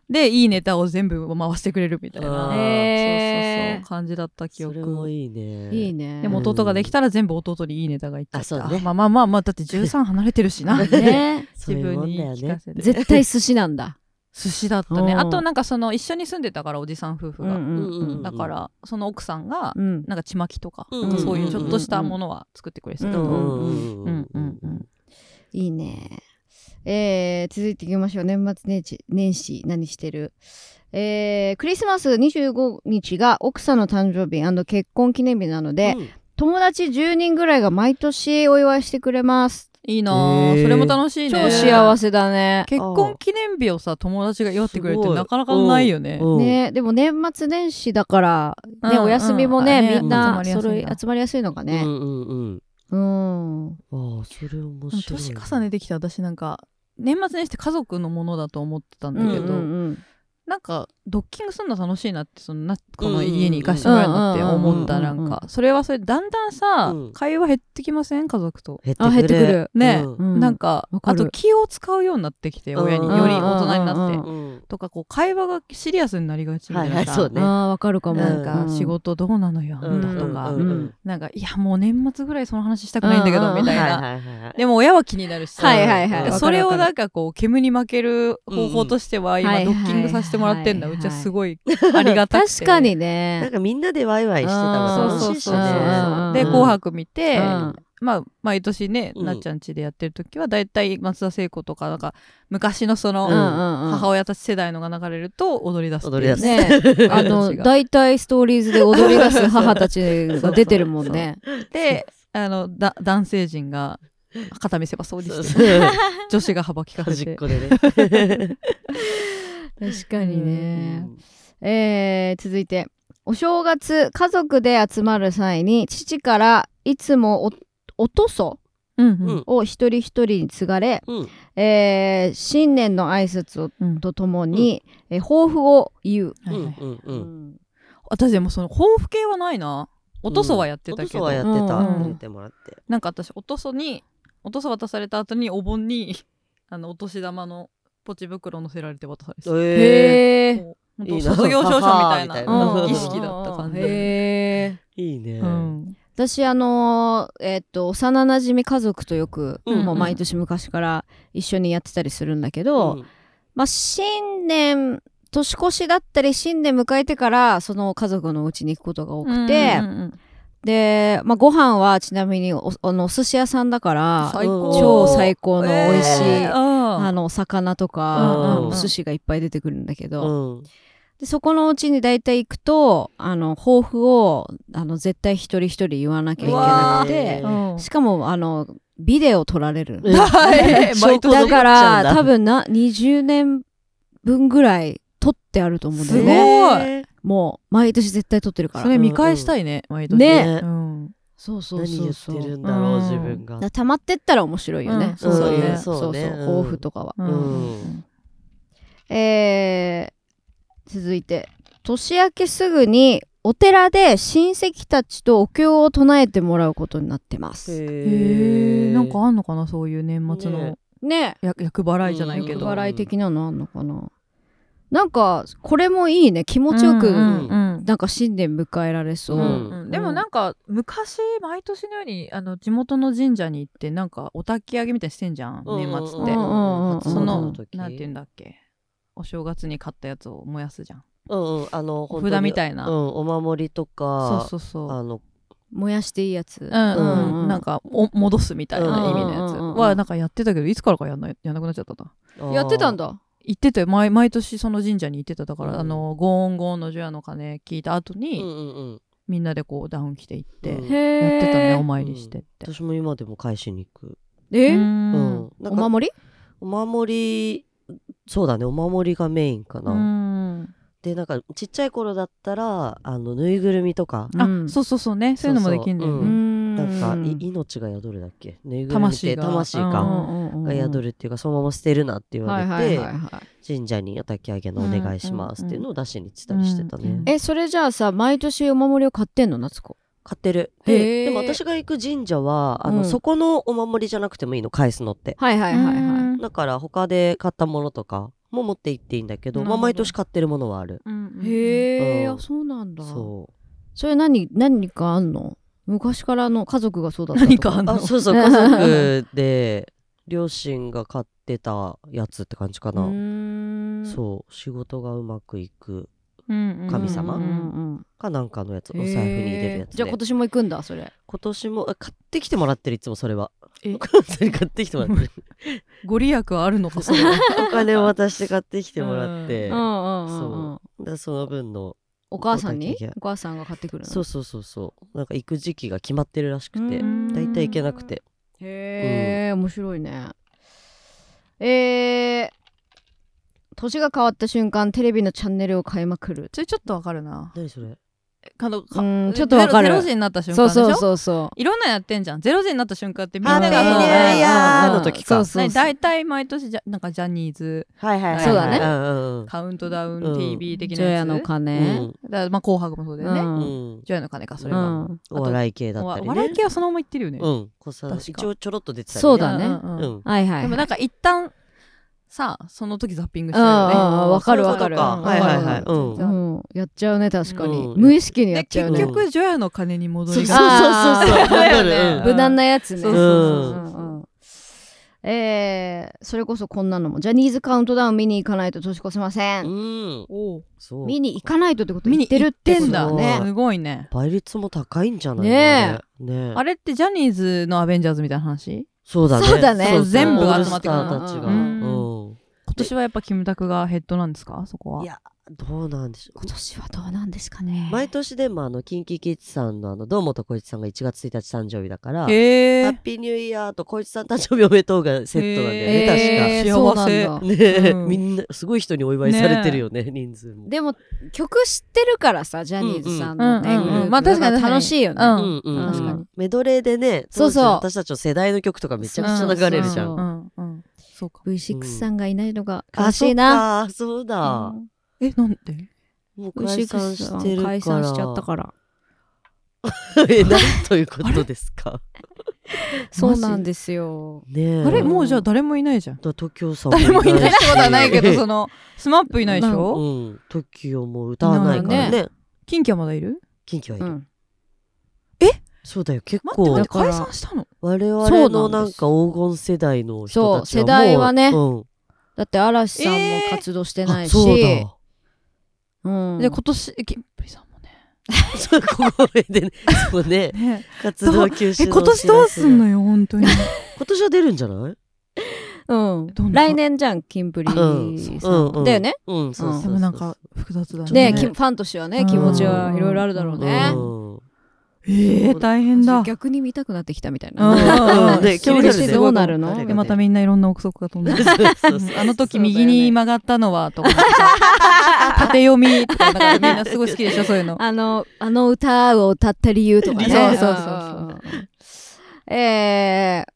Speaker 2: でいいネタを全部回してくれるみたいな、
Speaker 3: あ
Speaker 2: そう
Speaker 3: ー
Speaker 2: そう
Speaker 1: へ
Speaker 2: そう
Speaker 1: ー
Speaker 2: 感じだった記
Speaker 3: *laughs* そ
Speaker 2: 憶
Speaker 3: れもいいね
Speaker 1: いいね
Speaker 2: でも弟ができたら全部弟にいいネタがいっちゃった、
Speaker 3: あそうね
Speaker 2: まあまあまあまあだって13離れてるしな
Speaker 1: *laughs* ね
Speaker 3: そう
Speaker 2: 自
Speaker 3: いう
Speaker 2: 分
Speaker 3: もん
Speaker 2: に
Speaker 3: だよ
Speaker 2: 言い聞
Speaker 3: ね
Speaker 2: かせて
Speaker 1: 絶対寿司なんだ
Speaker 2: 寿司だったね
Speaker 1: うん
Speaker 2: あとなんかその一緒に住んでたからおじさん夫婦が、
Speaker 1: うんうんうん
Speaker 2: だからその奥さんが
Speaker 1: うん
Speaker 2: なんかちまきとか、
Speaker 3: うん
Speaker 1: うん
Speaker 2: そういうちょっとしたものは作ってくれてた、
Speaker 1: うん
Speaker 3: うんうん
Speaker 2: うんうんうん
Speaker 1: いいねえー続いていきましょう年末年始年始何してるえークリスマス25日が奥さんの誕生日結婚記念日なので、
Speaker 3: うん
Speaker 1: 友達10人ぐらいが毎年お祝いしてくれます
Speaker 2: いいなぁ、
Speaker 3: へー
Speaker 2: それも楽しいね
Speaker 1: 超幸せだね
Speaker 2: 結婚記念日をさ友達が祝ってくれるってなかなかないよね、
Speaker 3: うん
Speaker 1: ねでも年末年始だから
Speaker 2: うん
Speaker 1: ね、
Speaker 2: うん
Speaker 1: お休みもね、
Speaker 2: あね
Speaker 1: みんな
Speaker 2: 集まりやす
Speaker 1: 揃
Speaker 2: いん
Speaker 1: い
Speaker 2: だ
Speaker 1: 集まりやすいのか
Speaker 3: う
Speaker 1: ね。
Speaker 3: んうんうん
Speaker 1: うん。
Speaker 3: ああそれ面
Speaker 2: でも
Speaker 3: 白い
Speaker 2: 年重ねてきて私なんか年末年始って家族のものだと思ってたんだけど、
Speaker 1: うんうん
Speaker 2: なんかドッキングするの楽しいなってそのなこの家に行かしてもらえるのって思った
Speaker 1: うんうん
Speaker 2: な
Speaker 1: うんうん
Speaker 2: んかそれはそれだんだんさ、
Speaker 3: うん
Speaker 2: 会話減ってきません家族と。
Speaker 3: 減
Speaker 1: あ減ってくる
Speaker 2: ね
Speaker 3: う
Speaker 1: うん
Speaker 2: なんか
Speaker 1: わか
Speaker 2: あ
Speaker 1: る
Speaker 2: と気を使うようになってきて
Speaker 3: うん
Speaker 2: 親に
Speaker 3: うん
Speaker 2: より大人にな
Speaker 1: う
Speaker 2: っ
Speaker 1: ん
Speaker 2: て
Speaker 3: うん
Speaker 2: とかこう会話がシリアスになりがちみたい
Speaker 3: は
Speaker 2: ない
Speaker 3: はい
Speaker 2: さ
Speaker 3: そうね
Speaker 1: ああわかるかも。
Speaker 2: なん
Speaker 1: う
Speaker 2: か
Speaker 1: ん
Speaker 2: 仕事どうなのよ
Speaker 3: うん
Speaker 2: だとか
Speaker 3: うんうんうん
Speaker 2: なんかいやもう年末ぐらいその話したくないんだけ
Speaker 1: う
Speaker 2: ど
Speaker 1: んうん
Speaker 2: みたいな
Speaker 3: はいはいはい
Speaker 2: でも親は気になるしさ
Speaker 1: はいはいはい。
Speaker 3: うん
Speaker 1: わか
Speaker 2: そ
Speaker 1: る
Speaker 2: れ
Speaker 1: わ
Speaker 2: を
Speaker 1: かる
Speaker 2: なんかこう煙に負ける方法としては今
Speaker 1: うんうん
Speaker 2: ドッキングさせてもらってんだ、
Speaker 1: はいうはい
Speaker 2: ち
Speaker 1: はいはい
Speaker 2: はすごいありがたくて
Speaker 1: 確かに
Speaker 3: なん
Speaker 1: ね。
Speaker 3: かみんなでワイワイしてた
Speaker 2: そ
Speaker 3: ら
Speaker 2: う
Speaker 3: 楽
Speaker 2: そ
Speaker 3: し
Speaker 2: う
Speaker 3: いし
Speaker 2: そう
Speaker 3: ね
Speaker 2: そう
Speaker 1: うん
Speaker 2: で「紅白」見て、
Speaker 1: うん
Speaker 2: まあ毎年ね、
Speaker 3: うん
Speaker 2: なっちゃん家でやってる時は大体松田聖子とかなんか昔のその、
Speaker 1: うんうんうん。
Speaker 2: 母親たち世代のが流れると踊り出すっていう
Speaker 3: 踊り出す
Speaker 1: ね *laughs* えあの大体ストーリーズで踊り出す母たちが出てるもん *laughs* ね。
Speaker 2: であのだ男性陣が肩見せばそうに
Speaker 3: そう
Speaker 2: して
Speaker 3: そう
Speaker 2: 女子が幅利かせ
Speaker 3: 端ってこでね
Speaker 1: 確かにね。
Speaker 3: うん
Speaker 1: えー続いてお正月家族で集まる際に父からいつもおおとそ
Speaker 2: うん
Speaker 3: う
Speaker 2: うん
Speaker 3: ん
Speaker 1: を一人一人に継がれ、
Speaker 3: うん
Speaker 1: えー新年の挨拶を
Speaker 2: うん
Speaker 1: とともに、えー抱負を言う。
Speaker 2: はい
Speaker 3: う
Speaker 2: はい
Speaker 3: んうんうん
Speaker 2: 私でもその抱負系はないなおとそはやって
Speaker 3: お
Speaker 2: た
Speaker 3: 父
Speaker 2: け
Speaker 3: さ
Speaker 2: ど、
Speaker 3: んはやってた
Speaker 1: うん
Speaker 2: うん
Speaker 3: 入れてもらって
Speaker 2: なんか私おとそにおとそ渡された後にお盆に *laughs* あのお年玉のポチ袋乗せられて渡されてた
Speaker 3: え
Speaker 1: へえ。
Speaker 2: もう本
Speaker 3: いい
Speaker 2: 当
Speaker 3: な
Speaker 2: 卒業証書みたいな
Speaker 3: うん
Speaker 2: なん
Speaker 3: う
Speaker 2: か
Speaker 3: ん
Speaker 2: 儀式だった感じ、
Speaker 1: へー
Speaker 3: いいね
Speaker 2: うん
Speaker 1: 私あのーえっと幼馴染家族とよく、
Speaker 3: うん
Speaker 1: もう毎年昔から一緒にやってたりするんだけど、
Speaker 3: うん
Speaker 1: まあ新年年越しだったり新年迎えてからその家族のお家に行くことが多くて、
Speaker 2: うんうんうん
Speaker 1: で、まあ、ご飯はちなみにおあのお寿司屋さんだから
Speaker 2: 最高
Speaker 1: 超最高の美味しい、
Speaker 2: えーうん
Speaker 1: あのお魚とか、
Speaker 3: うん
Speaker 1: あのお寿司がいっぱい出てくるんだけど、
Speaker 3: うん
Speaker 1: でそこのうちに大体行くとあの抱負をあの絶対一人一人言わなきゃいけなく
Speaker 3: う
Speaker 1: て
Speaker 3: わ
Speaker 2: うん
Speaker 1: しかもあのビデオ撮られる
Speaker 3: え
Speaker 2: はい毎年
Speaker 1: だから
Speaker 3: 撮っちゃうんだ
Speaker 1: 多分な20年分ぐらい撮ってあると思うんだ
Speaker 2: す
Speaker 1: よ
Speaker 2: ごい
Speaker 1: ねもう毎年絶対撮ってるか
Speaker 2: そ
Speaker 1: ら
Speaker 2: れ見返したいね、毎年
Speaker 1: ね
Speaker 2: うん
Speaker 1: そうそう
Speaker 3: 何
Speaker 1: そう
Speaker 3: 言って
Speaker 1: そう
Speaker 3: るん
Speaker 1: だ
Speaker 3: だろ
Speaker 2: う
Speaker 3: うん自分が
Speaker 1: から溜まってったら面白いよね、
Speaker 2: うん
Speaker 1: そういう、
Speaker 3: うん
Speaker 1: そう
Speaker 3: そうね
Speaker 1: そう
Speaker 3: うん
Speaker 1: 抱負とかは、
Speaker 2: うん
Speaker 3: うん
Speaker 1: えー続いて年明けすぐにお寺で親戚たちとお経を唱えてもらうことになってます。
Speaker 2: へえ
Speaker 3: へ
Speaker 2: なんかあんのかなそういう年末の
Speaker 3: ね
Speaker 1: ね
Speaker 2: 役役払いじゃない
Speaker 1: え、
Speaker 2: け
Speaker 1: 厄
Speaker 2: ど、
Speaker 1: 払い的なのあんのかななんかこれもいいね気持ちよく、
Speaker 2: うんうんうん
Speaker 1: なんか新年迎えられそう。
Speaker 3: う
Speaker 2: うん
Speaker 3: ん
Speaker 2: うんでもなんか昔毎年のようにあの地元の神社に行ってなんかお焚き上げみたいにしてんじゃん
Speaker 3: うん
Speaker 2: 年末っ
Speaker 1: う
Speaker 2: て
Speaker 1: んうんうん
Speaker 2: その
Speaker 3: 時
Speaker 2: なんて言うんだっけお正月に買ったやつを燃やすじゃん
Speaker 3: うんうんあの
Speaker 2: お札みた
Speaker 3: い
Speaker 2: いな、
Speaker 3: うんお守りとか
Speaker 2: そうそうそう
Speaker 3: あの
Speaker 1: 燃やしていいやつ。
Speaker 2: うんう
Speaker 3: うん
Speaker 1: う
Speaker 2: うんん、なんかお戻すみたいな意味の
Speaker 1: うんうん
Speaker 2: やつ
Speaker 1: うんうん
Speaker 2: はなんかやってたけどいつからかやんないやんなくなっちゃったな
Speaker 1: やってたん
Speaker 3: だ
Speaker 1: だ。
Speaker 2: 行ってて毎毎年その神社に行ってただから、
Speaker 3: うん
Speaker 2: あのゴーンゴーンの除夜の鐘聞いた後
Speaker 3: うん
Speaker 2: に、
Speaker 3: うんうん
Speaker 2: みんなでこうダウン着て行って、や
Speaker 3: うん
Speaker 1: へえ。
Speaker 2: ってたねお参りしてって、
Speaker 3: 私も今でも返しに行く
Speaker 1: え、
Speaker 2: うん
Speaker 3: うんな
Speaker 1: お
Speaker 3: んか
Speaker 1: 守り？
Speaker 3: お守りそうだねお守りがメインかな、
Speaker 2: うん
Speaker 3: でなんかちっちゃい頃だったらあのぬいぐるみとか、
Speaker 2: あ、
Speaker 1: うん
Speaker 2: そうそうそうねそういうのもできるんだよね
Speaker 3: そうう
Speaker 1: ーん
Speaker 3: なんかい命が宿るだっけぬいぐるみっ
Speaker 2: 魂
Speaker 3: て
Speaker 2: が
Speaker 3: 魂
Speaker 1: う
Speaker 3: か、
Speaker 1: んうんうん
Speaker 3: が宿るっていうかそのまま捨てるなって言わ
Speaker 1: は
Speaker 3: れ
Speaker 1: い
Speaker 3: て、
Speaker 1: はいはいはい。
Speaker 3: 神社にお焚き上げのお願いしますっていうのを出しに行ってたりしてたね、
Speaker 2: うんうんうん
Speaker 1: えそれじゃあさ毎年お守りを買ってんの夏子
Speaker 3: 買ってる
Speaker 1: へー
Speaker 3: ででも私が行く神社はあの、
Speaker 1: うん
Speaker 3: そこのお守りじゃなくてもいいの返すのって
Speaker 1: はいはいはいはい。
Speaker 2: い
Speaker 3: だから他で買ったものとかも持って行っていいんだけど
Speaker 2: なる
Speaker 3: ま
Speaker 2: ほ
Speaker 3: あ、
Speaker 2: ど
Speaker 3: 毎年買ってるものはある
Speaker 2: え
Speaker 1: へえ、
Speaker 3: うん
Speaker 1: あそうなんだ。そ
Speaker 3: そう
Speaker 1: れ何何かあんの？昔からの家族がそうだったと
Speaker 2: 何か
Speaker 1: *laughs*
Speaker 2: あんの
Speaker 3: あそうそう家族で両親が買ってたやつって感じか
Speaker 1: う
Speaker 3: な、
Speaker 1: ーん
Speaker 3: そう仕事がうまくいく
Speaker 2: 神
Speaker 3: 神様
Speaker 1: うんうんうん
Speaker 3: かなんかのやつお財布に入れるやつ
Speaker 1: へー
Speaker 3: で
Speaker 1: じゃあ今年も行くんだそれ。
Speaker 3: 今年もあ買ってきてもらってるいつもそれは
Speaker 2: え
Speaker 3: 完全に買ってきてもら
Speaker 1: *laughs*
Speaker 3: ってる
Speaker 2: ご利益はあるのかそれは
Speaker 3: お金を渡して買ってきてもらっ
Speaker 1: う
Speaker 3: て、
Speaker 2: え
Speaker 1: んうんうんうん
Speaker 3: そ。でその分の
Speaker 1: お母さんに
Speaker 3: お焚き火
Speaker 1: お母さんが買ってくるの。
Speaker 3: そうそうそうそうなんか行く時期が決まってるらしくて
Speaker 1: うん
Speaker 3: 大体行けなくて
Speaker 1: へえ、面白いね。えー、年が変わった瞬間テレビのチャンネルを変えまくる。
Speaker 2: それちょっとわかるな
Speaker 3: 何それ
Speaker 2: あのか
Speaker 1: うんちょっとわかる
Speaker 2: ゼロゼロ時になった瞬間
Speaker 1: そう
Speaker 2: で
Speaker 1: そ
Speaker 2: しょ
Speaker 1: うそうそう。
Speaker 2: いろんなのやってんじゃんゼロ時になった瞬間ってみん
Speaker 3: あ
Speaker 2: な
Speaker 3: ー
Speaker 2: が
Speaker 3: メ
Speaker 2: もう
Speaker 3: ディアイヤー
Speaker 1: うん
Speaker 3: の時か
Speaker 1: うんそうそう
Speaker 2: ね
Speaker 1: そう
Speaker 2: 大体毎年じゃなんかジャニーズ
Speaker 3: はいはい
Speaker 2: はい
Speaker 1: そうだね
Speaker 3: ね
Speaker 2: カウントダウ
Speaker 3: う
Speaker 2: ン
Speaker 3: ん
Speaker 2: TV 的な
Speaker 1: 除
Speaker 2: や
Speaker 1: 夜
Speaker 2: つ、
Speaker 1: の
Speaker 2: だか
Speaker 1: 鐘。
Speaker 2: らまあ紅白もそうだよね、
Speaker 1: うん
Speaker 3: うん
Speaker 2: 除夜の鐘かそれ
Speaker 1: う
Speaker 2: は、
Speaker 1: ん
Speaker 3: お笑い系だったり
Speaker 2: お
Speaker 3: ね
Speaker 2: 笑い系はそのまま言ってるよね、
Speaker 3: うんこさ
Speaker 2: 確か
Speaker 3: 一応ちょろっと出てたり
Speaker 1: そうだね
Speaker 2: んん
Speaker 3: う
Speaker 2: うん
Speaker 3: ん
Speaker 1: はいはいはい。
Speaker 2: でもなんか一旦さその時ザッピングし
Speaker 1: う
Speaker 2: ち
Speaker 1: ん
Speaker 2: ゃうよね、
Speaker 1: うんうんわかるわかる。
Speaker 3: そういうことかはいはいはい
Speaker 1: うん
Speaker 3: うん
Speaker 1: うんやっちゃうね確かに。
Speaker 3: うん
Speaker 1: 無意識にやっ
Speaker 2: で
Speaker 1: ちゃ
Speaker 2: 結
Speaker 1: うね。
Speaker 2: 局除夜の鐘に戻 *laughs* り
Speaker 1: そうそう
Speaker 2: が
Speaker 1: あー
Speaker 3: わかる
Speaker 2: だよね
Speaker 3: うん
Speaker 1: 無難なやつね。
Speaker 2: そう
Speaker 3: そうそううん
Speaker 1: うんうんえーそれこそこんなのもジャニーズカウントダウン見に行かないと年越せません。
Speaker 3: うん
Speaker 2: おう
Speaker 3: そう
Speaker 1: 見に行かないとってこと
Speaker 2: 見
Speaker 1: 言
Speaker 2: に
Speaker 1: ってる
Speaker 2: 行
Speaker 1: っ
Speaker 2: ってて
Speaker 1: こと
Speaker 2: ん
Speaker 1: だ
Speaker 2: だ
Speaker 1: よね。
Speaker 2: すごいね
Speaker 3: 倍率も高いんじゃない
Speaker 1: ね
Speaker 3: えね
Speaker 2: あれってジャニーズのアベンジャーズみたいな話
Speaker 3: そうだね
Speaker 1: そうだね
Speaker 3: そう
Speaker 2: 全部
Speaker 3: オール
Speaker 2: 集まって
Speaker 3: ス
Speaker 2: くる
Speaker 3: ターたち
Speaker 2: う
Speaker 3: がうんん
Speaker 2: 今年はやっぱキムタクがヘッドなんですかそこはい
Speaker 3: やどうなんでしょう
Speaker 1: 今年はどうなんですかね。
Speaker 3: 毎年でもあのキンキキッズさんのあの堂本光一さんが1月1日誕生日だから
Speaker 2: へ
Speaker 3: ハ
Speaker 2: え
Speaker 3: ッピーニューイヤーと光一さん誕生日おめでとうがセットなんだよね、
Speaker 1: えー
Speaker 2: 確か
Speaker 1: そうなんだ
Speaker 3: 確か。ねえ、
Speaker 2: うん
Speaker 3: みんなすごい人にお祝いされてるよね人数も。
Speaker 1: でも曲知ってるからさジャニーズさんのね、
Speaker 3: うんうん
Speaker 1: グループ
Speaker 2: まあ確かに
Speaker 1: だら楽しいよね。
Speaker 2: う
Speaker 3: うんんうん
Speaker 1: 確かに
Speaker 3: メドレーでね
Speaker 1: そう
Speaker 3: 当
Speaker 1: そ
Speaker 3: 時
Speaker 1: う
Speaker 3: 私たちの世代の曲とかめちゃくちゃ流れるじゃん。
Speaker 1: そう
Speaker 2: うんうんそうか
Speaker 1: V6 さんがいないのが
Speaker 3: あ
Speaker 1: 悲しいな。
Speaker 3: そっかそうだ、
Speaker 2: えなんで
Speaker 3: もう
Speaker 1: うん
Speaker 3: 解散
Speaker 1: V6
Speaker 3: し
Speaker 1: さ
Speaker 3: てる
Speaker 1: ん
Speaker 3: から
Speaker 1: 解散しちゃったからら。
Speaker 3: *laughs* えなんということですか
Speaker 1: そうなんですよ。
Speaker 3: ねえ
Speaker 2: あれもうじゃあ誰もいないじゃん
Speaker 3: だ東京さん
Speaker 2: 誰もい *laughs* ないってことはないけどそ
Speaker 3: の
Speaker 2: のスマップいないでしょ、
Speaker 3: *laughs* うん時 k も歌わないから
Speaker 1: いな
Speaker 3: ね
Speaker 2: 近畿はまだいる
Speaker 3: 近畿はいる、
Speaker 1: うん
Speaker 3: そうだよ結
Speaker 2: 待って
Speaker 3: 構
Speaker 2: 待って
Speaker 1: だから
Speaker 2: 解散したの
Speaker 3: 我々
Speaker 1: そうな
Speaker 3: の
Speaker 1: ん
Speaker 3: なん
Speaker 1: で
Speaker 3: か
Speaker 1: す
Speaker 3: 黄金世代の人たちはもう
Speaker 1: そう世代はね
Speaker 3: うん、
Speaker 1: だって嵐さんも活動してな
Speaker 3: あ
Speaker 1: いし、
Speaker 3: そうだ
Speaker 1: うん
Speaker 2: で今年えキンプリさんもね
Speaker 3: そう *laughs* これでねそうね
Speaker 2: ね
Speaker 3: 活動休止
Speaker 2: え
Speaker 3: の
Speaker 2: 今年どうすんの
Speaker 3: よ
Speaker 2: よ本当に
Speaker 3: 今年は出るんじゃない
Speaker 1: うん
Speaker 2: どんな
Speaker 1: 来年じゃんキンプリさ
Speaker 3: う
Speaker 1: ん、
Speaker 3: んうん
Speaker 1: だよね。
Speaker 3: うんそうそうそう
Speaker 2: でもなんか複雑だ
Speaker 1: ね
Speaker 2: ね
Speaker 1: きファンとしては
Speaker 2: う
Speaker 1: ね
Speaker 2: ん
Speaker 1: 気持ちはいろいろあるだろうね。
Speaker 3: うん
Speaker 2: ええ大変だ
Speaker 1: 逆に見たくなってきたみたい
Speaker 2: うん
Speaker 1: な。
Speaker 2: うんうん
Speaker 3: ね
Speaker 1: 気持ちってどうなるの
Speaker 3: 気になる
Speaker 2: で
Speaker 3: ね
Speaker 2: またみんないろんな憶測が飛んで
Speaker 3: そうそう
Speaker 2: あの時右に曲がったのはとかさ *laughs* 縦読みとかだからみんなすごい好きでしょそういうの
Speaker 1: *laughs* あの、あの歌を歌った理由とかね。
Speaker 2: 理由そうそう
Speaker 1: そうそう。えー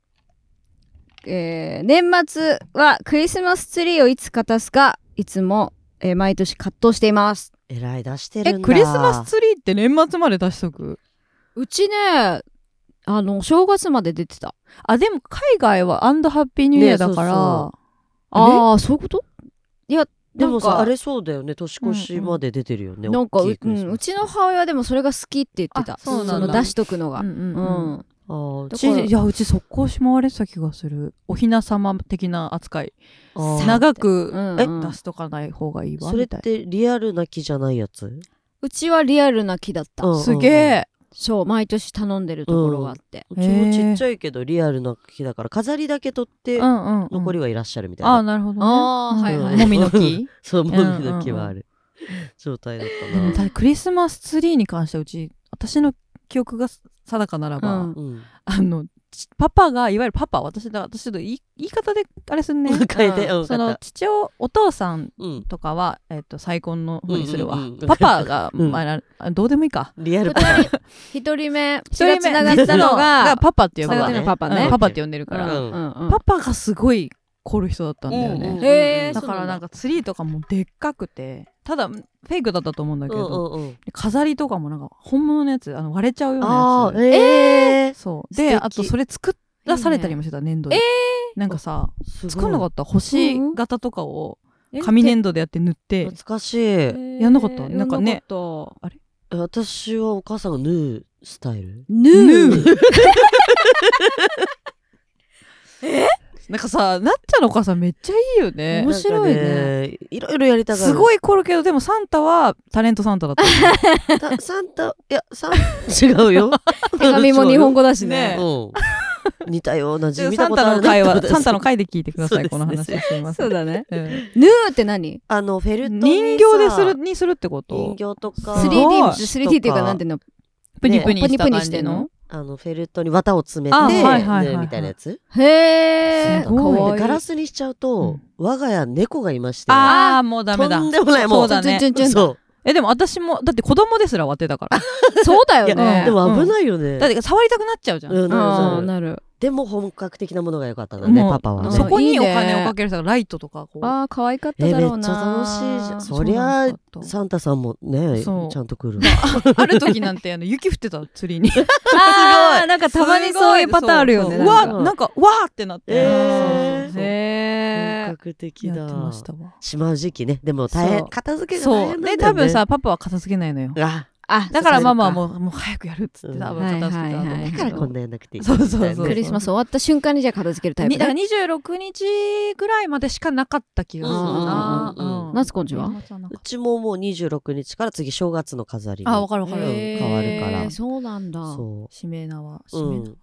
Speaker 1: えー年末はクリスマスツリーをいつかたすかいつも、えー毎年葛藤しています
Speaker 3: えらい出してる
Speaker 2: え
Speaker 3: んだ
Speaker 2: クリスマスツリーって年末まで出しとく
Speaker 1: うちねあの正月まで出てた
Speaker 2: あでも海外はアンドハッピーニューイヤーだから、
Speaker 3: ねそ
Speaker 1: ああそういうこといや
Speaker 3: でも
Speaker 1: なん
Speaker 3: さ
Speaker 1: か
Speaker 3: あれそうだよね年越しまで出てるよね、
Speaker 1: なんか
Speaker 3: 大
Speaker 1: う
Speaker 3: き,、いク
Speaker 1: う
Speaker 3: リス
Speaker 1: ん、
Speaker 3: マ
Speaker 1: う
Speaker 3: ス
Speaker 1: ちの母親でもそれが好きって言ってた
Speaker 2: あそう
Speaker 3: なんだ
Speaker 1: の出しとくのが、
Speaker 2: うんうん
Speaker 1: う
Speaker 2: うん
Speaker 1: ん
Speaker 3: あー
Speaker 1: だ
Speaker 2: ち
Speaker 1: から
Speaker 2: いやうち速攻しまわれてた気がするお雛様的な扱い
Speaker 3: あー
Speaker 2: 長
Speaker 1: う
Speaker 2: く
Speaker 1: んうん
Speaker 2: 出しとかない方がいいわ
Speaker 3: それっ
Speaker 2: みたい
Speaker 3: てリアルな木じゃないやつ
Speaker 1: うちはリアルな木だった、
Speaker 3: うん
Speaker 2: なすげえ
Speaker 1: そう毎年頼んでるところがあって、
Speaker 3: うちもちっちゃいけどリアルな木だから飾りだけ取って
Speaker 2: うんうんうん
Speaker 3: 残りはいらっしゃるみたい
Speaker 2: あ
Speaker 3: な、
Speaker 2: あなるほどね
Speaker 1: ああ
Speaker 2: うん
Speaker 1: はいはい、
Speaker 2: もみの木
Speaker 3: *laughs* そうもみの木はある状態だった
Speaker 2: でも
Speaker 3: な、
Speaker 2: たクリスマスツリーに関してはうち私の記憶が定かならば、
Speaker 1: うん
Speaker 3: うん、
Speaker 2: あのちパパがいわゆるパパ私だ私ちょっと言い言い方であれす
Speaker 3: *laughs*
Speaker 2: んね
Speaker 3: 変えて、うん、
Speaker 2: その父をお父さん
Speaker 3: うん、
Speaker 2: とかは、えっと再婚の方にするわ、
Speaker 3: うんうんうん
Speaker 2: パパが、
Speaker 3: うん
Speaker 2: まああ、どうでもいいか
Speaker 3: リアルか
Speaker 1: 一人目
Speaker 2: 一
Speaker 1: 血がつながったのが
Speaker 2: パパって呼
Speaker 1: つ
Speaker 2: ぶ
Speaker 1: なが
Speaker 2: わ
Speaker 1: ってるのはパパ
Speaker 2: う
Speaker 1: ね
Speaker 2: んパパって呼んでる
Speaker 1: う
Speaker 2: か
Speaker 1: ん
Speaker 2: ら、
Speaker 1: うんうん
Speaker 2: パパがすごい凝る人だったんだよね、
Speaker 3: うんうん
Speaker 1: へー
Speaker 2: だからなんかツリーとかもでっかくてただフェイクだったと思うんだけど、
Speaker 3: うんうんうん
Speaker 2: 飾りとかもなんか本物のやつあの割れちゃうよう
Speaker 3: あ
Speaker 2: な
Speaker 3: ー
Speaker 2: や
Speaker 3: え
Speaker 2: つそう
Speaker 3: 素
Speaker 2: で
Speaker 3: 敵
Speaker 2: あとそれ作らされたりもしてた粘土で、なんかさ
Speaker 3: ー
Speaker 2: 作んなか
Speaker 3: っ
Speaker 2: った星型とかを紙粘土でやって塗って
Speaker 3: 懐かしい
Speaker 2: やんなかったなんかね
Speaker 1: やなかった
Speaker 2: あれ
Speaker 3: 私はお母さんが縫うスタイル
Speaker 1: ヌ
Speaker 2: ヌ
Speaker 1: ー
Speaker 2: ーなんかさなっちゃんのお母さんめっちゃいいよね
Speaker 1: 面白いね
Speaker 3: なんかいろいろやりたがる
Speaker 2: すごい凝るけどでもサンタはタレントサンタだった
Speaker 3: たサンタいや
Speaker 2: *laughs*
Speaker 3: サン違うよ
Speaker 1: 手紙も日本語だしね
Speaker 3: *laughs*
Speaker 2: ね *laughs*
Speaker 3: うん、似たような字見た
Speaker 2: サン
Speaker 3: こと
Speaker 2: タ
Speaker 3: あ
Speaker 2: の
Speaker 3: るな
Speaker 2: 会
Speaker 3: って
Speaker 2: は
Speaker 3: ことです
Speaker 2: サンタ
Speaker 3: *laughs*
Speaker 2: の会で聞いてください、
Speaker 3: そうですね
Speaker 2: この話はすいません、
Speaker 1: だね
Speaker 2: うん
Speaker 1: ヌーって何
Speaker 3: あのフェルトにさ
Speaker 2: 人形でするにするってこと
Speaker 3: 人形とか
Speaker 2: すごい
Speaker 1: 3D, 3D っていうかなんていうの
Speaker 2: プニプニ
Speaker 1: パ
Speaker 2: し
Speaker 1: ニ
Speaker 2: た
Speaker 1: プニ
Speaker 2: 感
Speaker 1: して
Speaker 2: じ
Speaker 1: んの
Speaker 2: の
Speaker 3: あのフェルトに綿を詰め
Speaker 2: あ
Speaker 3: て、
Speaker 2: はいはいはいはい
Speaker 3: 縫うみたいなやつ、
Speaker 1: へえ
Speaker 2: すごい
Speaker 3: でガラスにしちゃうと、我が家猫がいまして
Speaker 2: ああもうダメだ
Speaker 3: とんでもないも
Speaker 2: そう
Speaker 3: う
Speaker 2: だね
Speaker 1: ちゅんちゅんちゅん
Speaker 3: そ
Speaker 2: えでも私もだって子供ですら割ってたから
Speaker 1: そうだよ
Speaker 3: いや
Speaker 1: ね
Speaker 3: でも危ないよね、
Speaker 2: だって触りたくなっちゃうじゃん、
Speaker 3: うんうん
Speaker 1: あ
Speaker 3: う
Speaker 1: ー
Speaker 3: ん
Speaker 1: なる
Speaker 3: でも本格的なものが良かったんだね
Speaker 2: もう
Speaker 3: パパは
Speaker 1: あ
Speaker 2: そ
Speaker 3: ね
Speaker 1: ー
Speaker 2: こ
Speaker 1: いい
Speaker 2: にお
Speaker 1: ね
Speaker 2: 金をかけるさライトとかこう
Speaker 1: ああ可愛かっただろうな
Speaker 3: えめっちゃ楽しいじゃんそ
Speaker 2: そうなんだった
Speaker 3: サンタさんもねち
Speaker 2: そう
Speaker 3: ゃんと来る
Speaker 2: ある時なんてあの雪降ってた釣りに
Speaker 1: あーなんかたまにそういうパターンあるよね
Speaker 2: すごい
Speaker 1: なん
Speaker 2: そ
Speaker 1: か
Speaker 2: ううわなんかわーってなって、そう
Speaker 3: えー
Speaker 2: そうそう
Speaker 1: へ
Speaker 3: 本
Speaker 1: ー
Speaker 3: 格的
Speaker 2: やって
Speaker 3: だ
Speaker 2: ましたわ
Speaker 3: しまう時期ねでも大
Speaker 1: そ
Speaker 3: 変
Speaker 1: う
Speaker 3: 片付け
Speaker 2: そ
Speaker 3: が大変
Speaker 2: う
Speaker 3: なんだよね
Speaker 2: で多分さパパは片付けないのよ
Speaker 3: あ
Speaker 1: あ
Speaker 2: だから
Speaker 1: そうそう
Speaker 2: ママはもうもう早くやるっつって多分片付けたと思う
Speaker 1: はいはいはい
Speaker 3: だからこんなやんなくていい
Speaker 2: そうそうそう
Speaker 3: みたいな
Speaker 1: クリスマス終わった瞬間にじゃあ片付けるタイプ
Speaker 2: にだか
Speaker 1: ね
Speaker 2: ら26日ぐらいまでしかなかった気がするな
Speaker 3: うんうんうんうん
Speaker 1: 夏こんちは
Speaker 2: 年末なか
Speaker 3: う
Speaker 2: っ
Speaker 3: ちももう26日から次正月の飾りに
Speaker 2: たあわかるわかる
Speaker 3: へー変わるから
Speaker 1: へーそうなんだ
Speaker 3: そ
Speaker 2: しめ縄
Speaker 3: う
Speaker 2: し
Speaker 3: う
Speaker 2: め
Speaker 3: ん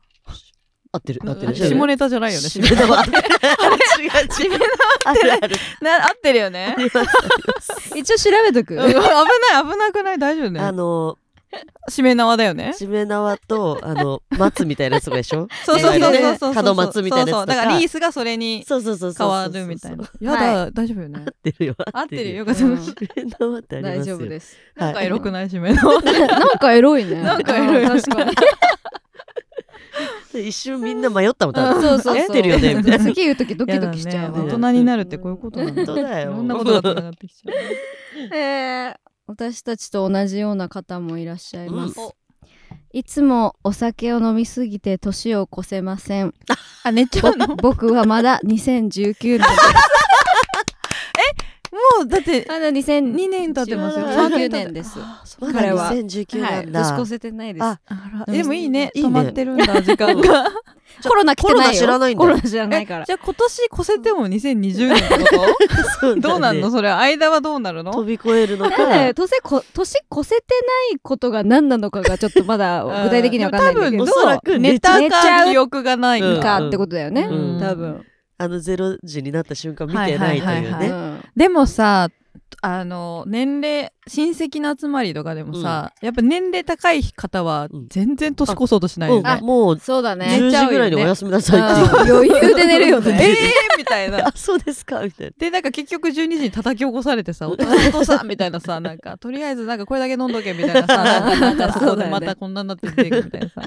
Speaker 3: 合ってる合って
Speaker 2: 縄
Speaker 3: る
Speaker 2: 下ネタじゃないよね
Speaker 3: し
Speaker 2: し
Speaker 3: め
Speaker 2: め
Speaker 3: 縄
Speaker 2: 縄
Speaker 3: 合ってる違う違うあるある *laughs*
Speaker 2: な合ってるよね
Speaker 3: あります
Speaker 1: 一応調べとく
Speaker 2: *laughs* うん危ない危なくない大丈夫
Speaker 3: あ
Speaker 2: ね
Speaker 3: の
Speaker 2: しめ縄だよね
Speaker 3: しめ縄とあの松みたいなやつとかでしょ
Speaker 2: そうそうそう
Speaker 3: ね
Speaker 2: そうそう
Speaker 3: 角松みたいな
Speaker 2: そ
Speaker 3: やつと
Speaker 2: うそうだからリースがそれに
Speaker 3: そうそうそうそ
Speaker 2: 変
Speaker 3: う
Speaker 2: わるみたいなやだ大丈夫よね
Speaker 3: 合ってるよ
Speaker 2: 合ってるよよ
Speaker 1: 合
Speaker 2: か
Speaker 1: っ
Speaker 2: ってた
Speaker 1: るよ
Speaker 2: な
Speaker 3: しめ縄 *laughs* ってあります
Speaker 1: 大丈
Speaker 3: よ
Speaker 1: 夫です
Speaker 2: んかエロく
Speaker 3: い
Speaker 2: ないしめ
Speaker 1: *laughs*
Speaker 2: 縄
Speaker 1: なんかエロいね
Speaker 2: なんかエロい
Speaker 1: うん確かに
Speaker 3: 一瞬みんな迷ったもん多分
Speaker 1: そうそうそう
Speaker 3: 合ってるよねみたいな
Speaker 1: 次言う時ドキドキしちゃう
Speaker 2: やだね
Speaker 1: わ
Speaker 2: 大人になるってこういうことなんだ
Speaker 3: 本当だ
Speaker 2: い
Speaker 3: よ
Speaker 2: ろんなことが繋がってきちゃう
Speaker 1: えー私たちと同じような方もいらっしゃいます、
Speaker 3: うん
Speaker 1: いつもお酒を飲みすぎて年を越せません
Speaker 2: あ寝ちゃ
Speaker 1: ぼ
Speaker 2: うのも
Speaker 1: 僕はまだ2019年
Speaker 2: うだって
Speaker 1: まだ2019
Speaker 2: 2年経ってますよ
Speaker 3: 知らない
Speaker 2: 19
Speaker 1: 年ですは
Speaker 2: あーそ
Speaker 3: ま
Speaker 1: 彼
Speaker 3: だ
Speaker 1: は
Speaker 3: 2019
Speaker 1: い
Speaker 3: なんだ、
Speaker 1: 年越せてないです
Speaker 3: あ
Speaker 2: あ
Speaker 1: う
Speaker 2: ら
Speaker 1: ん
Speaker 2: でもいいね
Speaker 3: いいね
Speaker 2: 止まってるんだ時間が
Speaker 1: コロナ来てないよ
Speaker 3: コロナ知らないんだ
Speaker 1: コロナ知らないから
Speaker 2: じゃあ今年越せても2020年ってこ
Speaker 3: そ
Speaker 2: と
Speaker 3: うだね
Speaker 2: どうなんのそれ間はどうなる
Speaker 3: 飛
Speaker 2: の
Speaker 3: び越える
Speaker 1: *laughs*
Speaker 3: のか
Speaker 1: ただ年こ年越せてないことが何なのかがちょっとまだ具体的には分かんないんだけ
Speaker 2: う
Speaker 1: ど
Speaker 2: 多
Speaker 3: おそらく
Speaker 2: 分寝た
Speaker 1: 寝ちゃ
Speaker 2: か
Speaker 1: う
Speaker 2: 記憶がない
Speaker 3: うん
Speaker 2: か
Speaker 1: かってことだよね、
Speaker 3: うん
Speaker 2: 多分
Speaker 3: あの0時になった瞬間見てないというね、
Speaker 2: はいはいはい
Speaker 1: うん
Speaker 2: でもさあの年齢親戚の集まりとかでもさ、やっぱ年齢高い方は
Speaker 3: うん
Speaker 2: 全然年越そうとしないよね。
Speaker 3: うんもう
Speaker 1: そうだね
Speaker 3: 10時ぐらいにおやすみなさいっていう、
Speaker 1: うん余裕で寝るよ
Speaker 2: *laughs* え
Speaker 1: ね
Speaker 2: ーみたいな
Speaker 3: あ。そうですかみたいな
Speaker 2: でなんか結局12時に叩き起こされ
Speaker 1: *laughs*
Speaker 2: てさ「お父さんお父さん」みたいなさなんかとりあえずなんかこれだけ飲んどけみた
Speaker 1: *laughs*
Speaker 2: いなさなんかなんかそ
Speaker 1: そうだ
Speaker 2: こで
Speaker 1: よね
Speaker 2: またこんなになっててみたいなさ。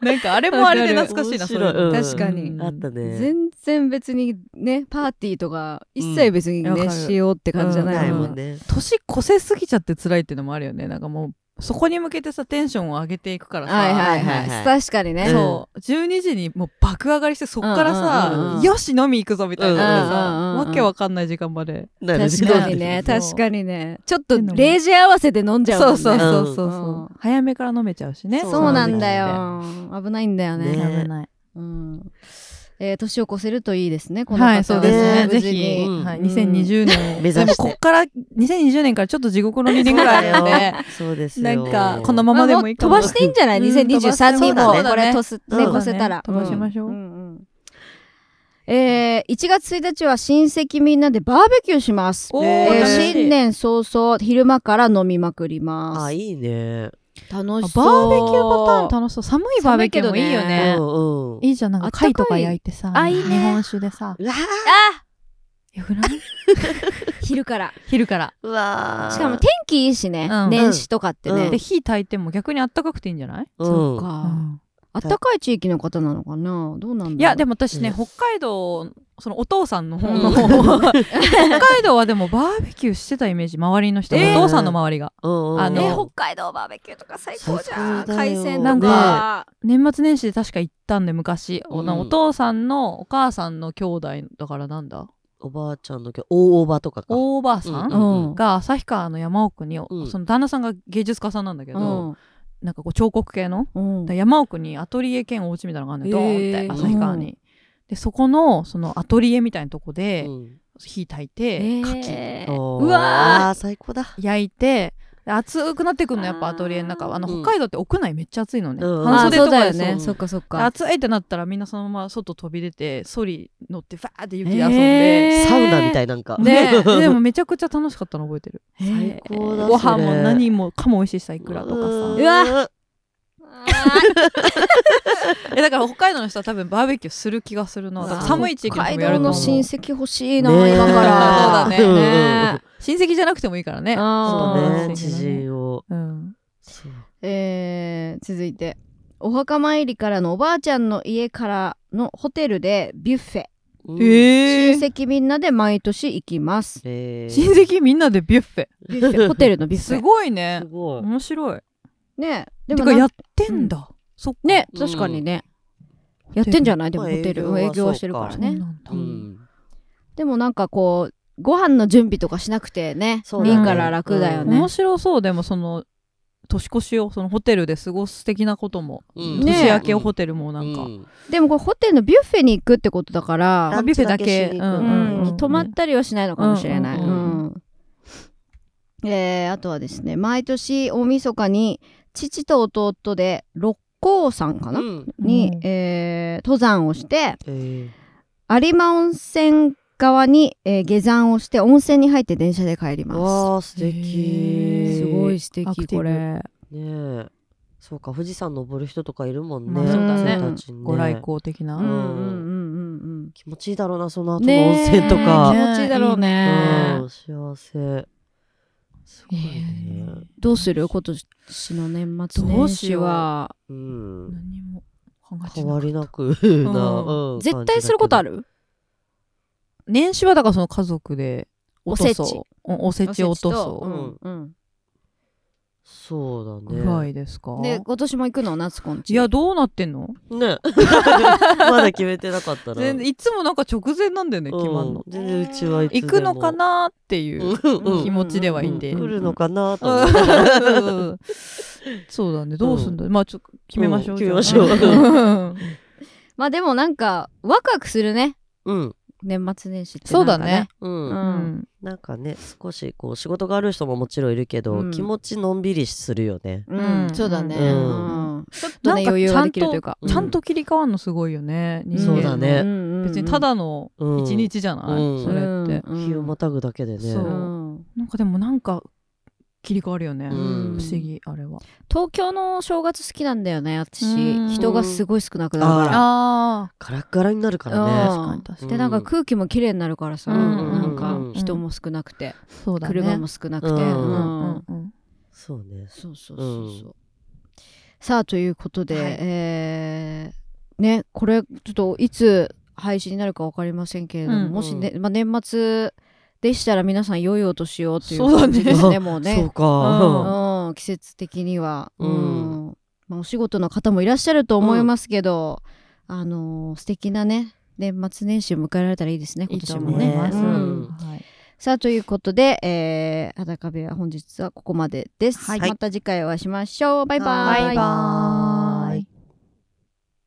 Speaker 2: なんかあれもあれで懐かしいな
Speaker 3: わか
Speaker 2: そ
Speaker 3: る
Speaker 2: れも
Speaker 3: 面白いう
Speaker 1: 確
Speaker 3: ん
Speaker 1: かに
Speaker 3: あったね
Speaker 1: 全然別にねパーティーとか一切別にね、
Speaker 2: うんわかる
Speaker 1: しようって感じじゃ
Speaker 2: 然
Speaker 1: ない
Speaker 3: ない
Speaker 1: もん
Speaker 3: も
Speaker 1: ね
Speaker 3: んね
Speaker 2: 年越せすぎちゃって辛いっていうのもあるよねなんかもうそこに向けてさテンションを上げていくからさ、
Speaker 1: はいはいはい、
Speaker 3: はいはい
Speaker 1: 確かにね、
Speaker 3: うん
Speaker 2: そう12時にもう爆上がりしてそっからさ、
Speaker 1: うんうんうんうん
Speaker 2: よし飲み行くぞみたいなさ、
Speaker 1: うんうんうんうん
Speaker 2: わけわかんない時間まで、
Speaker 3: なる
Speaker 1: 確かにね
Speaker 2: そう
Speaker 1: 確かにねちょっと0時合わせで飲んじゃうもん
Speaker 2: そ
Speaker 1: ね
Speaker 2: うそうそうそうそう、
Speaker 1: うん
Speaker 2: 早めから飲めちゃうしね
Speaker 3: そう
Speaker 1: そうなんだ
Speaker 3: そう
Speaker 1: よ危ないんだよね
Speaker 3: ね
Speaker 2: 危ない
Speaker 1: うんえー年を越せるといいですねこの方
Speaker 2: はいそうですね
Speaker 1: ね
Speaker 2: ぜ
Speaker 1: 無事
Speaker 2: ひ、
Speaker 1: に
Speaker 3: うん
Speaker 2: はい、
Speaker 1: うん
Speaker 2: 2020年を
Speaker 3: *laughs* 目指し
Speaker 2: で
Speaker 3: て
Speaker 2: もこっから2020年からちょっと地獄の2年ぐらいあるんで
Speaker 3: そうです
Speaker 2: *laughs* な
Speaker 3: よ
Speaker 2: んかこの
Speaker 3: ま
Speaker 2: ままでもいいかも
Speaker 1: まあう飛ばしていいんじゃない
Speaker 2: うん
Speaker 1: 2023にも
Speaker 3: 飛ばしてそうだ
Speaker 2: ね
Speaker 1: これとす
Speaker 3: そうだ
Speaker 1: ね
Speaker 3: ね
Speaker 1: 越せたら
Speaker 2: 飛ばしましょうん
Speaker 1: んんえー1月1日は親戚みんなでバーベキューします
Speaker 2: おー
Speaker 1: えー
Speaker 2: 楽しい
Speaker 1: 新年早々昼間から飲みまくりま
Speaker 3: あ
Speaker 1: す
Speaker 3: いいね
Speaker 1: 楽し
Speaker 2: バ
Speaker 1: そう
Speaker 2: ーベキューパターン楽しそう寒いバーベキューもいいよ
Speaker 1: 寒い
Speaker 2: ね
Speaker 3: うんうん
Speaker 2: いいじゃんなんか貝とか焼いてさ
Speaker 1: あいいね
Speaker 2: 日本酒でさ
Speaker 3: うわ
Speaker 2: よくない
Speaker 1: 昼から
Speaker 2: *laughs* 昼から
Speaker 3: ーうわー
Speaker 1: しかも天気いいしね、
Speaker 2: うん
Speaker 1: 年始とかってね、
Speaker 3: うん
Speaker 2: で火炊いても逆にあったかくていいんじゃない、
Speaker 1: そう
Speaker 3: うん
Speaker 1: か、あったかい地域の方なのかなどうなんだろう
Speaker 2: い
Speaker 1: い
Speaker 2: やでも私ね、
Speaker 3: うん
Speaker 2: 北海道そのお父さんの方
Speaker 1: うん
Speaker 2: の北海道はでもバーベキューしてたイメージ周りの人、
Speaker 3: えー
Speaker 2: お父さんの周りが
Speaker 3: うんうん
Speaker 2: あ
Speaker 1: え
Speaker 2: の
Speaker 1: 北海道バーベキューとか最高じゃん
Speaker 3: 最高だよ
Speaker 1: 海鮮
Speaker 2: な
Speaker 1: と
Speaker 2: ん
Speaker 1: か
Speaker 2: か年末年始で確か行ったんで昔、おな
Speaker 3: うん
Speaker 2: お父さんのお母さんの兄弟だからなんだ
Speaker 3: おばあちゃんの今日大おばとかか
Speaker 2: 大おばあさ
Speaker 3: う
Speaker 2: ん、
Speaker 3: んうん
Speaker 1: うん
Speaker 2: が旭川の山奥に、
Speaker 3: ん
Speaker 2: その旦那さんが芸術家さんなんだけ
Speaker 1: う
Speaker 2: ど、
Speaker 1: ん
Speaker 2: なんかこう彫刻系の
Speaker 1: うん
Speaker 2: だから山奥にアトリエ兼お家みたいなのがあるのよ、
Speaker 1: へー
Speaker 2: ドーンって旭川に。でそこのそのアトリエみたいなとこで
Speaker 3: うん
Speaker 2: 火炊いて、
Speaker 1: えー
Speaker 3: おー
Speaker 2: うわー
Speaker 3: あー最高だ
Speaker 2: 焼いてで暑くなってくんのやっぱアトリエの中はあの
Speaker 3: うん
Speaker 2: 北海道って屋内めっちゃ暑いのね、
Speaker 3: うん
Speaker 2: 半袖
Speaker 1: あそ
Speaker 2: と
Speaker 1: う
Speaker 2: か
Speaker 1: だよ
Speaker 2: で
Speaker 1: ね
Speaker 3: そう
Speaker 1: そっかそっ
Speaker 2: で
Speaker 1: か
Speaker 2: 暑いってなったらみんなそのまま外飛び出てソリ乗ってファーって雪で遊ん
Speaker 1: えー
Speaker 2: で、
Speaker 3: サウナみたいなんか、
Speaker 2: ね
Speaker 1: *laughs*
Speaker 2: でもめちゃくちゃ楽しかったの覚えてる
Speaker 3: 最高だ
Speaker 2: ご飯
Speaker 3: そ
Speaker 2: も
Speaker 3: れ
Speaker 2: 何もかも美味しいしさいくらとか
Speaker 3: う
Speaker 2: さ
Speaker 3: ーん
Speaker 1: うわ
Speaker 2: えだから北海道の人は多分バーベキューする気がするなだから寒い地域
Speaker 1: 北
Speaker 2: で
Speaker 1: 海
Speaker 2: もやる
Speaker 1: 道の
Speaker 2: と思う
Speaker 1: 親
Speaker 2: 親
Speaker 1: 戚欲しいな、
Speaker 3: ねえ
Speaker 1: 今から
Speaker 2: そうだね
Speaker 1: ね
Speaker 2: 戚じゃなくてもいいからね
Speaker 1: あ
Speaker 3: そう
Speaker 1: ー
Speaker 3: ね知人を
Speaker 2: うん
Speaker 3: そう
Speaker 1: えー続いてお墓参りからのおばあちゃんの家からのホテルでビュッフェ、
Speaker 3: う
Speaker 2: え
Speaker 3: ん
Speaker 2: ー
Speaker 1: 親戚みんなで毎年行きます
Speaker 3: えー
Speaker 2: 親戚みんなでビュッフェ
Speaker 1: ビュッフェホテルのビュッフ
Speaker 2: す
Speaker 1: ェ
Speaker 2: ごいね
Speaker 3: すごい
Speaker 2: 面白い
Speaker 1: ねえ
Speaker 2: て
Speaker 1: でも
Speaker 2: か
Speaker 1: なん
Speaker 2: やってんだそっか
Speaker 1: ね
Speaker 3: うん
Speaker 1: 確かにね、やってんじゃ
Speaker 2: な
Speaker 1: ないでも
Speaker 3: ま
Speaker 1: ホ
Speaker 3: あ
Speaker 1: テル
Speaker 3: 営業は
Speaker 1: 営業はしてるから
Speaker 2: い
Speaker 1: ね
Speaker 3: う
Speaker 2: うん
Speaker 3: ん
Speaker 1: でもなんかこうご飯の準備とかしなくてね
Speaker 3: そう
Speaker 1: い
Speaker 3: だ
Speaker 1: い
Speaker 3: ね
Speaker 1: から楽だよね、
Speaker 2: 面白そうでもその年越しをそのホテルで過ごす的なことも
Speaker 3: うん
Speaker 1: ね
Speaker 2: 年明けをホテルもなん
Speaker 3: う
Speaker 2: か
Speaker 3: ん
Speaker 1: でもこれホテルのビュッフェに行くってことだから
Speaker 2: あビュッフェだけ
Speaker 3: ランチだけしに
Speaker 2: う
Speaker 3: 行
Speaker 1: うん
Speaker 3: く
Speaker 1: ん
Speaker 2: んうん
Speaker 1: 泊まったりはしないのかもしれない。
Speaker 2: う
Speaker 1: うんん
Speaker 2: うんうん
Speaker 1: えーあとはですね毎年大晦日に父と弟で六甲山かな、
Speaker 3: うん
Speaker 1: に
Speaker 2: うん、
Speaker 1: えー登山をして
Speaker 3: えー
Speaker 1: 有馬温泉側に、えー下山をして温泉に入って電車で帰りま
Speaker 3: わあ素
Speaker 2: へ
Speaker 3: 敵
Speaker 1: す。
Speaker 2: ー
Speaker 1: すごい素敵
Speaker 2: アクティブね
Speaker 3: ねえそうか富士山登る人とかいるもんね、
Speaker 2: まあそうだ
Speaker 1: ね
Speaker 3: 人たちね
Speaker 2: ご来光的な、
Speaker 1: うんうんうんうん
Speaker 3: 気持ちいいだろうなその
Speaker 1: う
Speaker 3: 後
Speaker 1: ん。
Speaker 3: の温泉とか、
Speaker 1: ねえ気持ちいいだろうね。
Speaker 3: うん幸せすごいね、
Speaker 1: どうする今年の年末
Speaker 2: どう
Speaker 1: 年
Speaker 2: し
Speaker 1: 始
Speaker 2: よう
Speaker 1: は
Speaker 3: うん
Speaker 2: 何も考えて
Speaker 3: 変
Speaker 2: な
Speaker 3: わ
Speaker 2: い
Speaker 3: りなくな、うん
Speaker 1: 絶対することあ
Speaker 3: る
Speaker 1: る
Speaker 2: 年始はだからその家族で
Speaker 1: おせち
Speaker 2: 落とそううんおせち落と
Speaker 1: う
Speaker 2: そ
Speaker 1: んうん
Speaker 3: そう
Speaker 2: う
Speaker 3: だね
Speaker 2: ぐらいですか
Speaker 1: で今年も行くの夏コン
Speaker 2: い
Speaker 1: チ
Speaker 2: やどうなってんの
Speaker 3: ねまだ決めてなかったら
Speaker 2: 全然いつもなんか直前なんだよね決まんの
Speaker 3: うん全然うちはいつで
Speaker 2: 行
Speaker 3: も
Speaker 2: くのかなっていううん
Speaker 3: うん
Speaker 2: 気持ちではいて
Speaker 3: うん来るのかなと思って
Speaker 2: うんそうだねどうすんだ、まあちょっと決めましょう、
Speaker 3: うん決めましょう
Speaker 2: じゃあね
Speaker 1: まあでもなんかワクワクするね
Speaker 3: うん
Speaker 1: 年末年始って
Speaker 2: そうだ
Speaker 1: なん
Speaker 2: ね
Speaker 1: か
Speaker 3: うん、
Speaker 1: う
Speaker 2: うんん
Speaker 3: なんかね少しこう仕事がある人ももちろんいるけど、
Speaker 1: うん
Speaker 3: 気持ちのんびりするよね。
Speaker 1: うん
Speaker 2: うん
Speaker 1: そうだね
Speaker 3: う
Speaker 1: うんちょっとね余裕ができるというか
Speaker 3: うん
Speaker 2: ちゃんと切り替わんのすごいよね人間
Speaker 3: そうだね
Speaker 1: うんうんうん
Speaker 2: 別にただの
Speaker 3: うん、
Speaker 2: 一日じゃない、
Speaker 3: うん
Speaker 2: それって、
Speaker 1: うん
Speaker 3: 日をまたぐだけでね。
Speaker 2: そう
Speaker 1: うん
Speaker 2: なんかでもなんか切り替わるよね、
Speaker 3: うん
Speaker 2: 不思議あれは
Speaker 1: 東京の正月好きなんだよね
Speaker 2: うん
Speaker 1: 私人がすごい少なくなるか
Speaker 2: あ
Speaker 3: ガラッガラになるからね。
Speaker 1: あ
Speaker 2: 確かに確
Speaker 1: ら
Speaker 2: か
Speaker 1: でなんか空気も綺麗になるからさ
Speaker 2: うん
Speaker 1: なんか
Speaker 3: うん
Speaker 1: 人も少なくて
Speaker 2: にそうだね
Speaker 1: 車も少なくて
Speaker 3: う
Speaker 2: うん
Speaker 1: う
Speaker 2: うんんうん
Speaker 3: そうね。
Speaker 1: そうそうそうそう。さあということで、
Speaker 2: はい
Speaker 1: えーねこれちょっといつ配信になるかわかりませんけれども、
Speaker 2: うん
Speaker 1: もし、ねまあ、年末でしたら皆さん良いお年をという
Speaker 2: *laughs* そうだ
Speaker 1: 感
Speaker 2: ね
Speaker 1: じですねもう
Speaker 3: そう
Speaker 1: ね、
Speaker 3: か。
Speaker 1: うん、季節的には、う
Speaker 3: うんん
Speaker 1: まあ、お仕事の方もいらっしゃると思いますけど、あのー素敵なね年末年始を迎えられたらいいですね
Speaker 2: い
Speaker 1: 今
Speaker 2: いと
Speaker 1: 年
Speaker 2: 思
Speaker 1: も
Speaker 2: い
Speaker 1: ね。
Speaker 2: ます、
Speaker 3: う
Speaker 1: うん
Speaker 3: ん
Speaker 2: はい
Speaker 1: さあということで、えー、裸部屋本日はここまでです、
Speaker 3: はい
Speaker 1: また次回お会いしましょうバイバイ
Speaker 2: バイバーイ